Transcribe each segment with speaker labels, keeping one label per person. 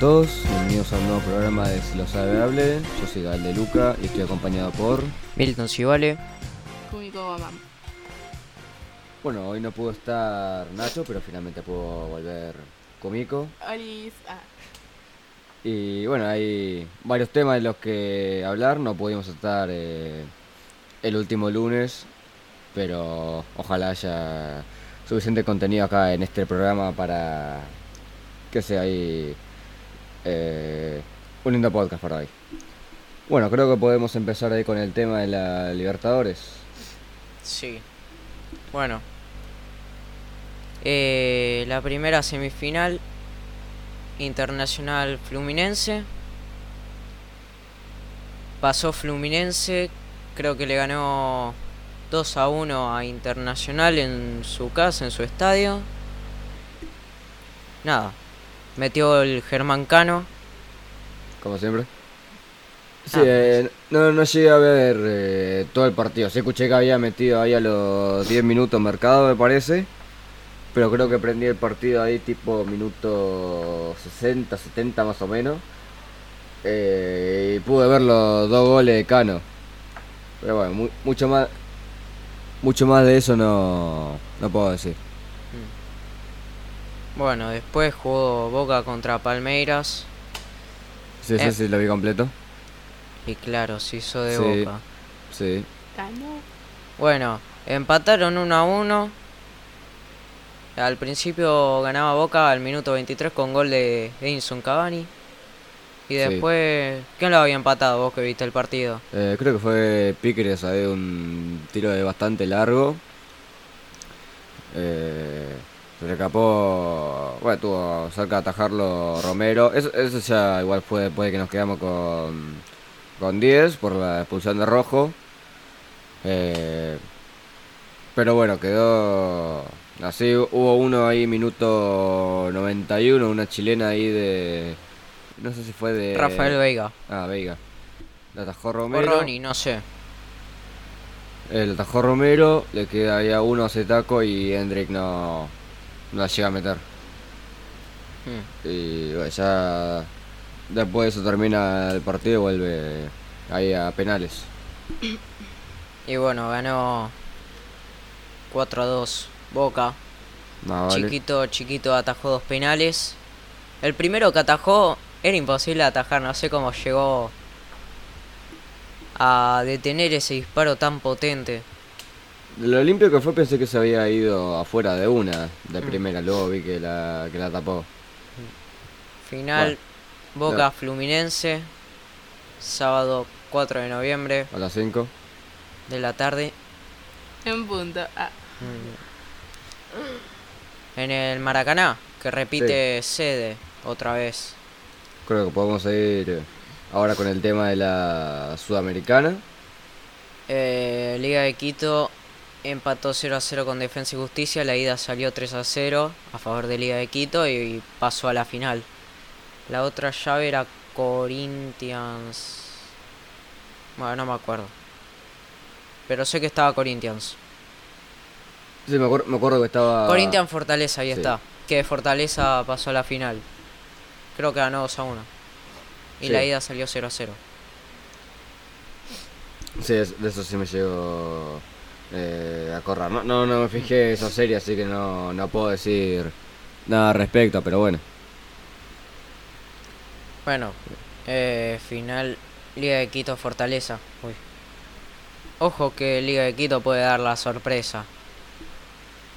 Speaker 1: todos, bienvenidos a un nuevo programa de Si lo sabe hable. Yo soy Gal de Luca y estoy acompañado por...
Speaker 2: Milton Sivale.
Speaker 3: Kumiko Bamam.
Speaker 1: Bueno, hoy no pudo estar Nacho, pero finalmente pudo volver Comico.
Speaker 3: Olis. Ah,
Speaker 1: Y bueno, hay varios temas de los que hablar. No pudimos estar eh, el último lunes, pero ojalá haya suficiente contenido acá en este programa para que sea ahí eh, un lindo podcast para hoy. Bueno, creo que podemos empezar ahí con el tema de la Libertadores.
Speaker 2: Sí. Bueno. Eh, la primera semifinal. Internacional Fluminense. Pasó Fluminense. Creo que le ganó 2 a 1 a Internacional en su casa, en su estadio. Nada. Metió el Germán Cano.
Speaker 1: Como siempre. Sí,
Speaker 2: Ah,
Speaker 1: eh, no, no llegué a ver eh, todo el partido. Sí escuché que había metido ahí a los 10 minutos mercado, me parece. Pero creo que prendí el partido ahí tipo minuto 60, 70 más o menos. Eh, y pude ver los dos goles de Cano. Pero bueno, mu- mucho más mucho más de eso no, no puedo decir.
Speaker 2: Bueno, después jugó Boca contra Palmeiras.
Speaker 1: Sí, sí,
Speaker 2: Eh.
Speaker 1: sí, lo vi completo.
Speaker 2: Y claro, se hizo de
Speaker 1: Sí.
Speaker 2: Boca.
Speaker 1: Sí.
Speaker 3: Cano.
Speaker 2: Bueno, empataron 1 a 1. Al principio ganaba Boca al minuto 23 con gol de Edinson Cavani. Y
Speaker 1: Sí.
Speaker 2: después, ¿quién lo había empatado vos que viste el partido?
Speaker 1: Eh, creo que fue Piqueres, ahí un tiro de bastante largo. Eh, se le escapó, bueno, tuvo cerca de atajarlo Romero. Eso, eso ya igual fue después de que nos quedamos con, con 10 por la expulsión de Rojo. Eh, pero bueno, quedó así. Hubo uno ahí, minuto 91, una chilena ahí de... No sé si fue de...
Speaker 2: Rafael Veiga.
Speaker 1: Ah, Veiga. La atajó
Speaker 2: O
Speaker 1: Romero.
Speaker 2: Ronnie, no sé.
Speaker 1: El atajó Romero, le queda ahí a uno a Zetaco y Hendrik no, no la llega a meter.
Speaker 2: Mm,
Speaker 1: Y bueno, ya después de eso termina el partido y vuelve ahí a penales.
Speaker 2: Y bueno, ganó 4 a 2 Boca.
Speaker 1: Más vale.
Speaker 2: Chiquito, chiquito atajó dos penales. El primero que atajó era imposible de atajar, no sé cómo llegó a detener ese disparo tan potente.
Speaker 1: De lo limpio que fue pensé que se había ido afuera de una, de primera, luego vi que la, que la tapó.
Speaker 2: Final Boca
Speaker 1: no.
Speaker 2: Fluminense, sábado 4 de noviembre
Speaker 1: A las 5.
Speaker 2: de la tarde
Speaker 3: En punto. Ah,
Speaker 2: en el Maracaná, que repite sede otra vez.
Speaker 1: Creo que podemos seguir ahora con el tema de la Sudamericana.
Speaker 2: Eh, Liga de Quito empató 0 a 0 con Defensa y Justicia. La ida salió 3 a 0 a favor de Liga de Quito y, pasó a la final. La otra llave era Corinthians. Bueno, no me acuerdo. Pero sé que estaba Corinthians.
Speaker 1: Sí, me, acuer- me acuerdo que estaba...
Speaker 2: Corinthians Fortaleza, ahí
Speaker 1: Ah, sí.
Speaker 2: está. Que Fortaleza pasó a la final. Creo que ganó 2 a 1. Y
Speaker 1: Sí.
Speaker 2: la ida salió 0 a 0.
Speaker 1: Sí, es- de eso sí me llego eh, a correr. No, no, no me fijé esa serie, así que no, no puedo decir nada al respecto, pero bueno.
Speaker 2: Bueno, eh, final Liga de Quito Fortaleza. Uy. Ojo que Liga de Quito puede dar la sorpresa.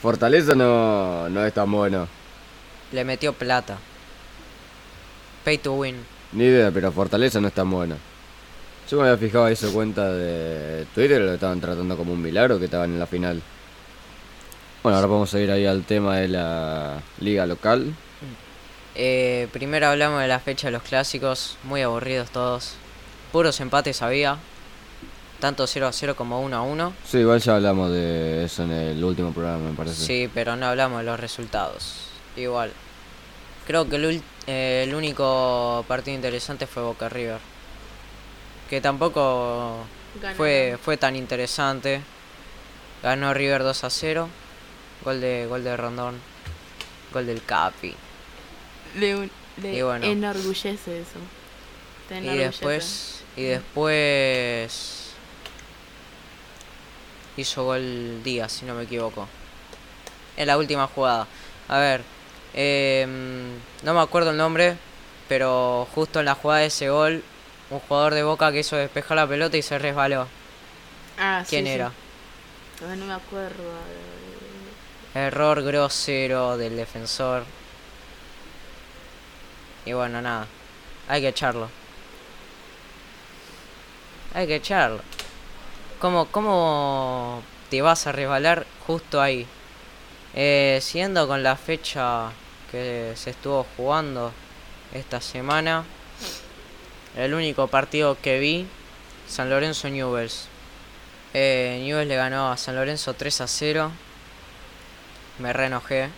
Speaker 1: Fortaleza no, no es tan bueno.
Speaker 2: Le metió plata. Pay to win.
Speaker 1: Ni idea, pero Fortaleza no es tan bueno. Yo me había fijado ahí su cuenta de Twitter, lo estaban tratando como un milagro que estaban en la final. Bueno, ahora vamos a ir ahí al tema de la liga local.
Speaker 2: Eh, primero hablamos de la fecha de los clásicos, muy aburridos todos. Puros empates había. Tanto 0 a 0 como 1 a 1.
Speaker 1: Sí, igual ya hablamos de eso en el último programa, me parece.
Speaker 2: Sí, pero no hablamos de los resultados. Igual. Creo que el, ul- eh, el único partido interesante fue Boca River. Que tampoco
Speaker 3: Ganaron.
Speaker 2: fue, fue tan interesante. Ganó River 2 a 0. Gol de, gol de Rondón. Gol del Capi.
Speaker 3: de un Le
Speaker 2: Y bueno.
Speaker 3: enorgullece eso. Te
Speaker 2: Y
Speaker 3: enorgullece.
Speaker 2: después. Y después. Hizo gol Díaz, si no me equivoco. En la última jugada. A ver. em, no me acuerdo el nombre. Pero justo en la jugada de ese gol. Un jugador de boca quiso despejar la pelota y se resbaló.
Speaker 3: Ah, sí,
Speaker 2: ¿Quién
Speaker 3: sí.
Speaker 2: era?
Speaker 3: Ay, no me acuerdo.
Speaker 2: Error grosero del defensor. Y bueno, nada. Hay que echarlo. Hay que echarlo. ¿Cómo, cómo te vas a resbalar justo ahí? Eh, siguiendo con la fecha que se estuvo jugando esta semana. El único partido que vi, San Lorenzo Newells. Eh, Newells le ganó a San Lorenzo 3 a 0 me reenojé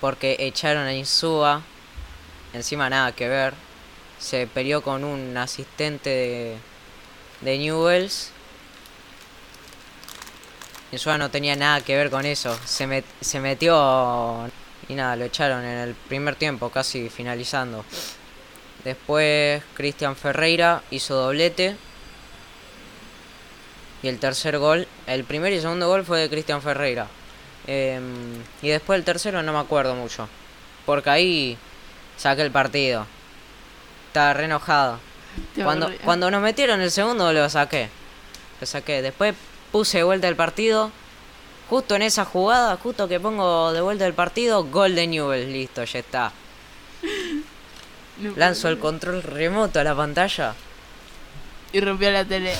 Speaker 2: porque echaron a Insúa, encima nada que ver, se peleó con un asistente de, de Newells. Insúa no tenía nada que ver con eso, se, met- se metió y nada, lo echaron en el primer tiempo, casi finalizando. Después Cristian Ferreira hizo doblete. Y el tercer gol, el primer y segundo gol fue de Cristian Ferreira. Em, y después el tercero no me acuerdo mucho. Porque ahí saqué el partido. Estaba re enojado. Cuando, cuando nos metieron el segundo lo saqué. Lo saqué. Después puse de vuelta el partido. Justo en esa jugada, justo que pongo de vuelta el partido, gol de Newell. Listo, ya está. Lanzo el
Speaker 3: control
Speaker 2: control remoto a la pantalla.
Speaker 3: Y rompió la tele.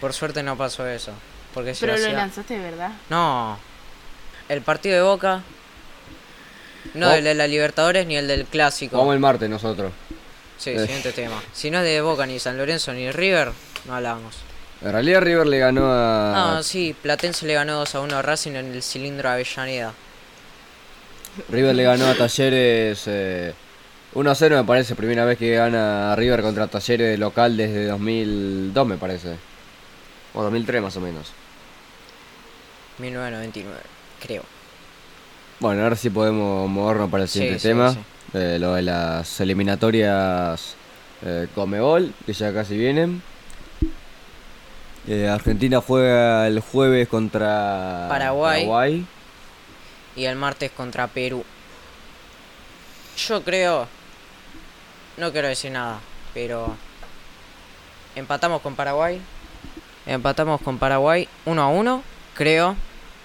Speaker 2: Por suerte no pasó eso. Porque si
Speaker 3: Pero
Speaker 2: lo
Speaker 3: lo
Speaker 2: hacía-
Speaker 3: lanzaste, ¿verdad?
Speaker 2: No. El partido de Boca. No
Speaker 1: Oh.
Speaker 2: el de la Libertadores ni el del Clásico.
Speaker 1: Vamos el martes nosotros.
Speaker 2: Sí,
Speaker 1: Eh.
Speaker 2: siguiente tema. Si no es de Boca, ni San Lorenzo, ni River, no hablamos.
Speaker 1: En realidad River le ganó a...
Speaker 2: Ah, sí, Platense le ganó 2 a 1 a Racing en el cilindro Avellaneda.
Speaker 1: River le ganó a Talleres eh, 1 a 0 me parece, primera vez que gana River contra Talleres de local desde 2002 me parece. O 2003 más o menos.
Speaker 2: 1999, creo.
Speaker 1: Bueno, ahora sí podemos movernos para el
Speaker 2: Sí,
Speaker 1: siguiente
Speaker 2: sí,
Speaker 1: tema.
Speaker 2: sí.
Speaker 1: Eh, lo de las eliminatorias eh, Comebol, que ya casi vienen. Eh, Argentina juega el jueves contra
Speaker 2: Paraguay. Y el martes contra Perú. Yo creo. No quiero decir nada, pero. Empatamos con Paraguay. Empatamos con Paraguay 1 a 1, creo.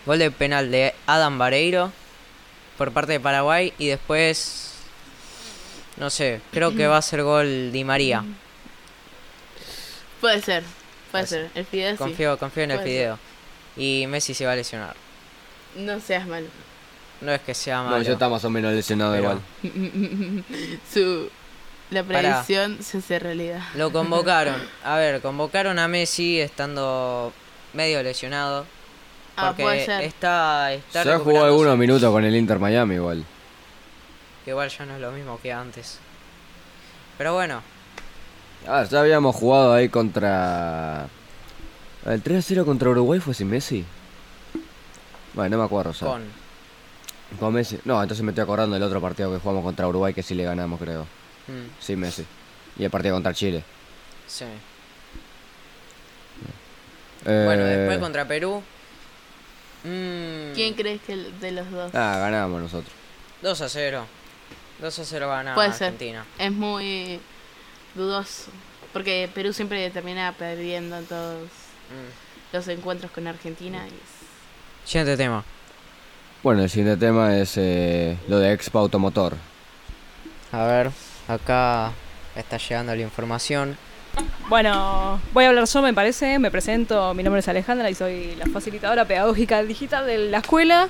Speaker 2: Gol de penal de Adam Vareiro por parte de Paraguay y después. No sé, creo que va a ser gol Di María.
Speaker 3: Puede ser. Puede
Speaker 2: Puede
Speaker 3: ser. El fideo sí.
Speaker 2: Confío, confío en el
Speaker 3: Puede
Speaker 2: video. Y Messi se va a lesionar.
Speaker 3: No seas malo.
Speaker 2: No es que sea
Speaker 1: No,
Speaker 2: Ah, malo.
Speaker 1: yo está más o menos lesionado
Speaker 2: Pero-
Speaker 1: igual.
Speaker 3: Su... La
Speaker 2: Pará.
Speaker 3: predicción se hace realidad.
Speaker 2: Lo convocaron. A ver, convocaron a Messi estando medio lesionado.
Speaker 3: Ah,
Speaker 2: Porque
Speaker 3: puede ser.
Speaker 2: está, está
Speaker 1: Se ha jugado
Speaker 2: recuperándose.
Speaker 1: algunos minutos con el Inter Miami igual.
Speaker 2: Igual ya no es lo mismo que antes. Pero bueno,
Speaker 1: Ah, ya habíamos jugado ahí contra... El 3 a 0 contra Uruguay fue sin Messi. Bueno, no me acuerdo. ya.
Speaker 2: con.
Speaker 1: Con Messi. No, entonces me estoy acordando del otro partido que jugamos contra Uruguay que sí le ganamos, creo.
Speaker 2: Mm,
Speaker 1: Sí, Messi. Y el partido contra Chile.
Speaker 2: sí. Bueno,
Speaker 1: Eh,
Speaker 2: después contra Perú. mm,
Speaker 3: ¿Quién crees que el- de los dos?
Speaker 1: Ah, ganamos nosotros.
Speaker 2: 2 a 0. 2 a 0 gana
Speaker 3: Puede ser.
Speaker 2: Argentina.
Speaker 3: Es muy dudoso. Porque Perú siempre termina perdiendo en todos
Speaker 2: Mm.
Speaker 3: los encuentros con Argentina. y es-
Speaker 2: Siguiente tema.
Speaker 1: Bueno, el siguiente tema es eh, lo de Expo Automotor.
Speaker 2: A ver, acá está llegando la información.
Speaker 4: Bueno, voy a hablar yo, me parece. Me presento, mi nombre es Alejandra y soy la facilitadora pedagógica digital de la escuela.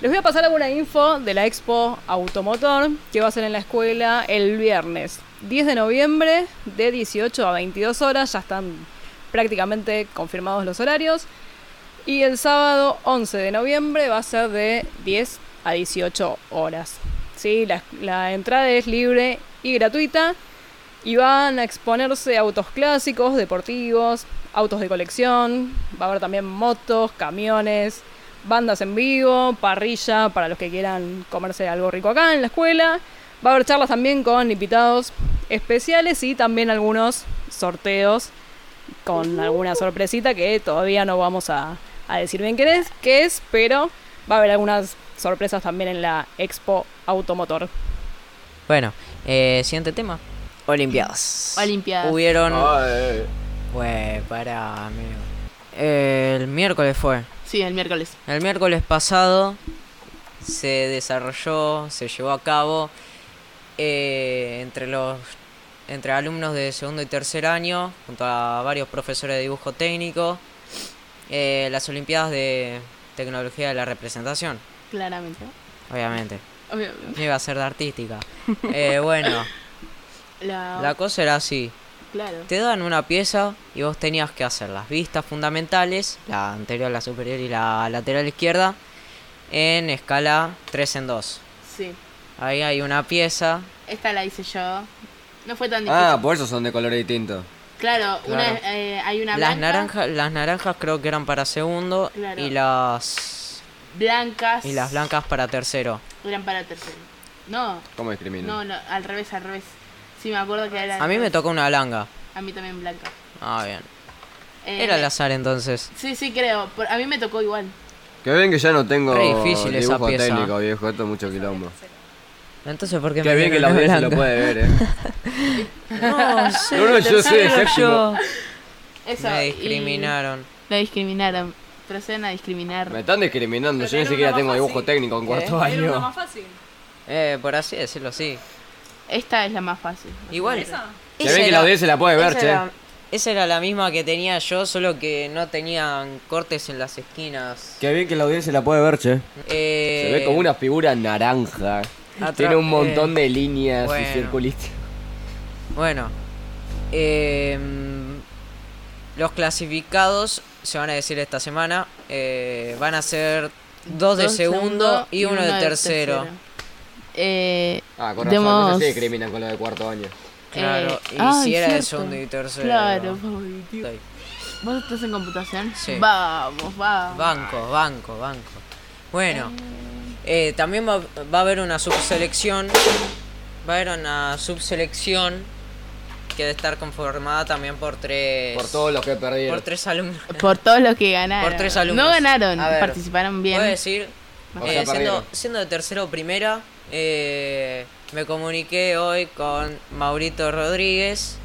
Speaker 4: Les voy a pasar alguna info de la Expo Automotor que va a ser en la escuela el viernes 10 de noviembre de 18 a 22 horas. Ya están prácticamente confirmados los horarios. Y el sábado 11 de noviembre va a ser de 10 a 18 horas. ¿Sí? La, la entrada es libre y gratuita y van a exponerse autos clásicos, deportivos, autos de colección, va a haber también motos, camiones, bandas en vivo, parrilla para los que quieran comerse algo rico acá en la escuela, Va a haber charlas también con invitados especiales y también algunos sorteos con alguna sorpresita que todavía no vamos a, a decir bien qué es, qué es, pero va a haber algunas sorpresas también en la Expo Automotor.
Speaker 2: Bueno, eh, siguiente tema. Olimpiadas.
Speaker 3: Olimpiadas.
Speaker 2: Hubieron...
Speaker 1: Ay,
Speaker 2: Güey, Pues, pará, amigo. El miércoles fue.
Speaker 3: Sí, el miércoles.
Speaker 2: El miércoles pasado se desarrolló, se llevó a cabo eh, entre los entre alumnos de segundo y tercer año, junto a varios profesores de dibujo técnico, eh, las Olimpiadas de Tecnología de la Representación,
Speaker 3: Claramente.
Speaker 2: obviamente.
Speaker 3: Obviamente.
Speaker 2: No iba a ser de artística. Eh, bueno,
Speaker 3: La,
Speaker 2: la cosa era así.
Speaker 3: claro.
Speaker 2: Te dan una pieza y vos tenías que hacer las vistas fundamentales, la anterior, la superior y la lateral izquierda, en escala 3 en 2.
Speaker 3: Sí.
Speaker 2: Ahí hay una pieza.
Speaker 3: Esta la hice yo. No fue tan difícil.
Speaker 1: Ah, por eso son de color distinto.
Speaker 3: claro, Una,
Speaker 2: claro.
Speaker 3: eh, hay una
Speaker 2: Las
Speaker 3: blanca,
Speaker 2: naranjas, las naranjas creo que eran para segundo
Speaker 3: Claro.
Speaker 2: y las
Speaker 3: blancas.
Speaker 2: y las blancas para tercero.
Speaker 3: Eran para tercero. No,
Speaker 1: ¿Cómo discrimino?
Speaker 3: no, no, al revés, al revés. Sí, me acuerdo que era. al
Speaker 2: A mí me
Speaker 3: revés.
Speaker 2: tocó una langa.
Speaker 3: A mí también blanca.
Speaker 2: Ah, bien.
Speaker 3: Eh,
Speaker 2: Era el azar entonces.
Speaker 3: Sí, sí, creo. Por- a mí me tocó igual.
Speaker 1: Que bien que ya no tengo
Speaker 2: Re difícil esa
Speaker 1: dibujo
Speaker 2: pieza.
Speaker 1: técnico, viejo. Esto es mucho quilombo.
Speaker 2: Entonces ¿por qué
Speaker 1: Que bien que la
Speaker 2: dieron una
Speaker 1: audiencia lo
Speaker 2: blanca?
Speaker 1: puede ver, eh.
Speaker 2: No, sé,
Speaker 1: No, no, yo sé,
Speaker 2: tercero
Speaker 1: séptimo.
Speaker 3: Eso.
Speaker 2: Me
Speaker 3: y
Speaker 2: discriminaron.
Speaker 3: La discriminaron. Proceden a discriminar.
Speaker 1: Me están discriminando.
Speaker 4: Pero
Speaker 1: Yo ni
Speaker 4: era
Speaker 1: siquiera
Speaker 4: una
Speaker 1: tengo
Speaker 4: más
Speaker 1: dibujo
Speaker 4: fácil.
Speaker 1: técnico en cuarto año.
Speaker 4: fácil.
Speaker 2: Eh, por así decirlo, sí.
Speaker 3: Esta es la más fácil.
Speaker 2: Igual.
Speaker 1: Que
Speaker 2: esa
Speaker 1: bien que la
Speaker 2: era-
Speaker 1: audiencia la puede ver,
Speaker 2: esa
Speaker 1: che.
Speaker 2: era- Esa era la misma que tenía yo, solo que no tenían cortes en las esquinas.
Speaker 1: Que bien que la audiencia la puede ver, che.
Speaker 2: Eh,
Speaker 1: Se ve como una figura naranja.
Speaker 2: Atra-
Speaker 1: Tiene un montón
Speaker 2: eh,
Speaker 1: de líneas
Speaker 2: bueno.
Speaker 1: y circulitos.
Speaker 2: Bueno, em, los clasificados se van a decir esta semana. eh, van a ser dos de segundo, y uno, de tercero.
Speaker 3: Eh,
Speaker 1: Ah, con razón.
Speaker 3: Demos-
Speaker 1: No sé si discriminan con lo de cuarto año.
Speaker 2: Claro,
Speaker 3: Eh,
Speaker 2: y
Speaker 3: ay,
Speaker 2: si era de
Speaker 3: cierto.
Speaker 2: segundo y tercero.
Speaker 3: Claro, Fabi, tío.
Speaker 2: Estoy.
Speaker 3: ¿Vos estás en computación?
Speaker 2: Sí.
Speaker 3: Vamos, vamos.
Speaker 2: Banco, banco, banco. Bueno, eh, también va, va a haber una subselección. Va a haber una subselección que debe estar conformada también por tres.
Speaker 1: Por todos los que perdieron.
Speaker 2: por tres alumnos.
Speaker 3: Por todos los que ganaron.
Speaker 2: Por tres alumnos.
Speaker 3: No ganaron,
Speaker 2: A ver,
Speaker 3: participaron bien.
Speaker 2: Puedo decir,
Speaker 1: O
Speaker 2: eh,
Speaker 1: sea,
Speaker 2: siendo,
Speaker 1: perdieron.
Speaker 2: siendo de tercero o primera, eh, me comuniqué hoy con Maurito Rodríguez.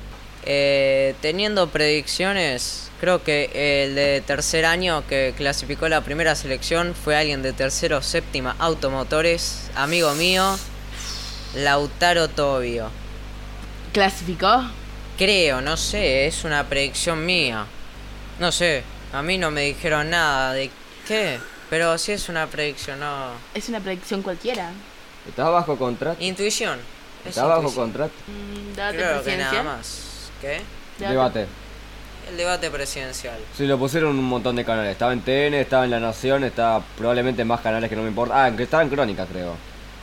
Speaker 2: eh, teniendo predicciones, creo que el de tercer año que clasificó la primera selección fue alguien de tercero o séptima automotores, amigo mío, Lautaro Tobio.
Speaker 3: ¿Clasificó?
Speaker 2: Creo, no sé, es una predicción mía. No sé, a mí no me dijeron nada de qué, pero sí es una predicción, no.
Speaker 3: Es una predicción cualquiera.
Speaker 1: ¿Estás bajo contrato?
Speaker 2: Intuición. es
Speaker 1: ¿Estás bajo
Speaker 2: intuición.
Speaker 1: contrato?
Speaker 3: Mm, debate
Speaker 2: Creo que
Speaker 3: presidencial.
Speaker 2: nada más. ¿Qué?
Speaker 3: Debate.
Speaker 1: Debate.
Speaker 2: El debate presidencial.
Speaker 1: Sí, lo pusieron en un montón de canales. Estaba en TN, estaba en La Nación, estaba probablemente en más canales que no me importa. Ah, en que estaba en Crónica, creo.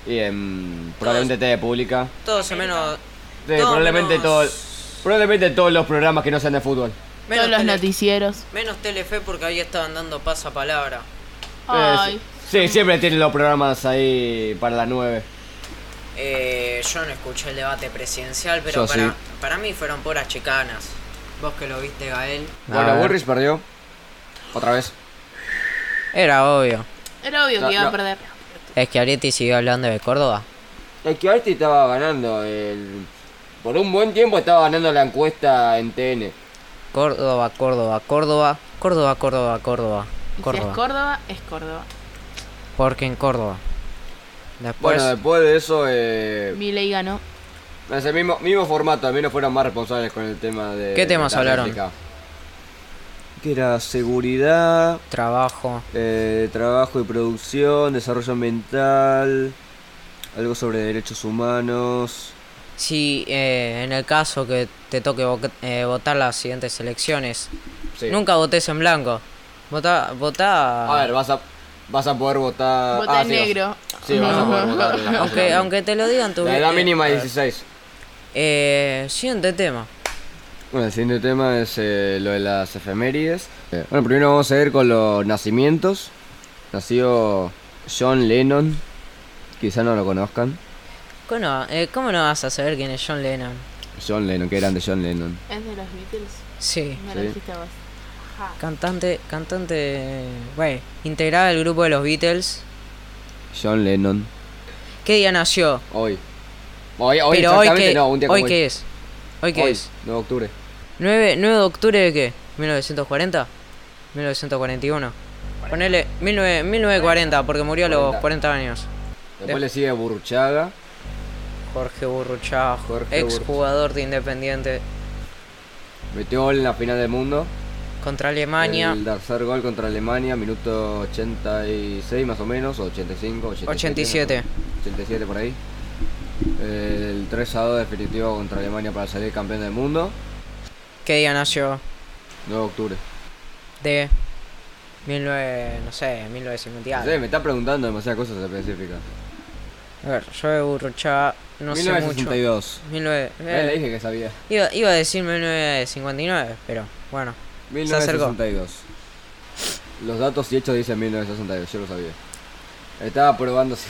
Speaker 1: Y en probablemente TV Pública.
Speaker 2: Todos en menos.
Speaker 1: Sí,
Speaker 2: todos
Speaker 1: probablemente
Speaker 2: menos-
Speaker 1: todos. Probablemente todos los programas que no sean de fútbol.
Speaker 2: Menos,
Speaker 3: Todos los
Speaker 2: tele-
Speaker 3: noticieros.
Speaker 2: menos Telefe porque ahí estaban dando pasapalabra.
Speaker 3: Ay,
Speaker 1: Eh, sí, siempre tienen los programas ahí para las 9.
Speaker 2: Eh, yo no escuché el debate presidencial,
Speaker 1: Yo
Speaker 2: pero
Speaker 1: sí.
Speaker 2: para, para mí fueron puras chicanas. Vos que lo viste, Gael.
Speaker 1: Bueno,
Speaker 2: ver.
Speaker 1: Burris perdió. Otra vez.
Speaker 2: Era obvio.
Speaker 3: era obvio
Speaker 1: No,
Speaker 3: que iba
Speaker 1: no.
Speaker 3: a perder.
Speaker 2: Es que Arieti siguió hablando de Córdoba.
Speaker 1: Es que Arti estaba ganando. el- Por un buen tiempo estaba ganando la encuesta en TN.
Speaker 2: Córdoba, Córdoba, Córdoba, Córdoba, Córdoba, Córdoba,
Speaker 3: Y Si es
Speaker 2: Córdoba.
Speaker 3: Córdoba, es Córdoba.
Speaker 2: Porque en Córdoba. Después,
Speaker 1: Bueno, después de eso, eh,
Speaker 3: Milei ganó.
Speaker 1: ese mismo, mismo formato, al menos fueron más responsables con el tema de.
Speaker 2: ¿Qué temas
Speaker 1: la
Speaker 2: hablaron?
Speaker 1: réplica. Que era seguridad,
Speaker 2: trabajo.
Speaker 1: eh, trabajo y producción, desarrollo ambiental, algo sobre derechos humanos.
Speaker 2: Si eh, en el caso que te toque vo- eh, votar las siguientes elecciones,
Speaker 1: Sí.
Speaker 2: nunca votes en blanco. Vota, vota.
Speaker 1: A ver, vas a, vas a poder votar.
Speaker 3: Vota
Speaker 1: ah,
Speaker 3: en
Speaker 1: sí, vas-
Speaker 3: negro.
Speaker 1: Sí, vas a poder votar. en la-
Speaker 2: aunque, aunque te lo digan tu
Speaker 1: La edad mínima es 16.
Speaker 2: Eh, siguiente tema.
Speaker 1: Bueno, el siguiente tema es eh, lo de las efemérides. Eh, Bueno, primero vamos a ir con los nacimientos. Nació John Lennon, quizá no lo conozcan.
Speaker 2: ¿Cómo no, eh, cómo no vas a saber quién es John Lennon?
Speaker 1: John Lennon, qué grande John Lennon.
Speaker 3: Es de los Beatles.
Speaker 2: Sí.
Speaker 3: Me
Speaker 1: Sí.
Speaker 3: lo dijiste vos. Ajá.
Speaker 2: Cantante, cantante, bueno, integraba el grupo de los Beatles.
Speaker 1: John Lennon.
Speaker 2: ¿Qué día nació?
Speaker 1: Hoy. Hoy, hoy
Speaker 2: Pero hoy
Speaker 1: exactamente,
Speaker 2: qué,
Speaker 1: no, un día
Speaker 2: hoy
Speaker 1: como
Speaker 2: qué es? Hoy qué
Speaker 1: Hoy,
Speaker 2: es?
Speaker 1: 9 de octubre.
Speaker 2: 9, 9 de octubre de qué? 1940? 1941. Ponele 19 1940 porque murió a los 40 años.
Speaker 1: Después le sigue Burruchaga.
Speaker 2: Jorge Burruchaga,
Speaker 1: Jorge
Speaker 2: ex jugador de Independiente
Speaker 1: Metió gol en la final del mundo.
Speaker 2: contra Alemania.
Speaker 1: El tercer gol contra Alemania, minuto 86 más o menos, o 85, 87.
Speaker 2: 87.
Speaker 1: 87 por ahí. El 3 a 2 definitivo contra Alemania para salir campeón del mundo.
Speaker 2: ¿Qué día nació?
Speaker 1: 9 de octubre.
Speaker 2: De 19, no sé, 1950.
Speaker 1: No sé, me está preguntando demasiadas cosas específicas.
Speaker 2: A ver, yo de Burruchaga no sé mucho.
Speaker 1: 1962.
Speaker 2: 19,
Speaker 1: Eh,
Speaker 2: eh,
Speaker 1: le dije que sabía.
Speaker 2: iba, iba a decir 1959, pero bueno. Se acercó.
Speaker 1: 1962. Los datos y hechos dicen 1962, yo lo sabía. Estaba probando si.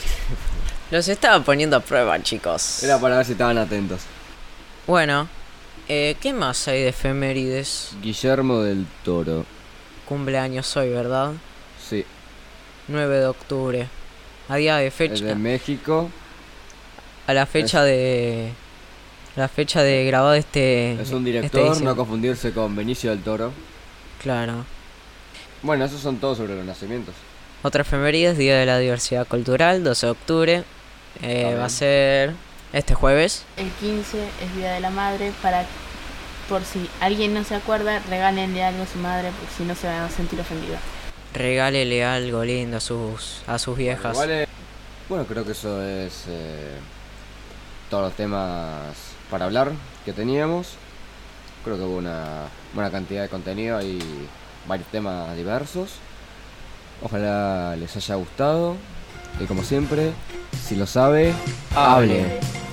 Speaker 2: Los estaba poniendo a prueba, chicos.
Speaker 1: Era para ver si estaban atentos.
Speaker 2: Bueno, eh, ¿qué más hay de efemérides?
Speaker 1: Guillermo del Toro.
Speaker 2: Cumpleaños hoy, ¿verdad?
Speaker 1: Sí.
Speaker 2: 9 de octubre. A día de
Speaker 1: Es de
Speaker 2: fecha.
Speaker 1: México.
Speaker 2: A la fecha de. La fecha de grabado este.
Speaker 1: Es un
Speaker 2: este
Speaker 1: director,
Speaker 2: disco.
Speaker 1: no confundirse con Benicio del Toro.
Speaker 2: Claro.
Speaker 1: Bueno, esos son todos sobre los nacimientos.
Speaker 2: Otra efeméride es Día de la Diversidad Cultural, 12 de octubre. Eh,
Speaker 1: Está
Speaker 2: va a
Speaker 1: bien.
Speaker 2: ser este jueves.
Speaker 3: El 15 es Día de la Madre para por si alguien no se acuerda, regálenle algo a su madre, porque si no se va a sentir ofendida.
Speaker 2: Regálele algo lindo a sus, a sus viejas.
Speaker 1: Igual es- Bueno, creo que eso es eh, todos los temas para hablar que teníamos. Creo que hubo una buena cantidad de contenido y varios temas diversos. Ojalá les haya gustado. Y como siempre, si lo sabe, hable.
Speaker 2: Hable.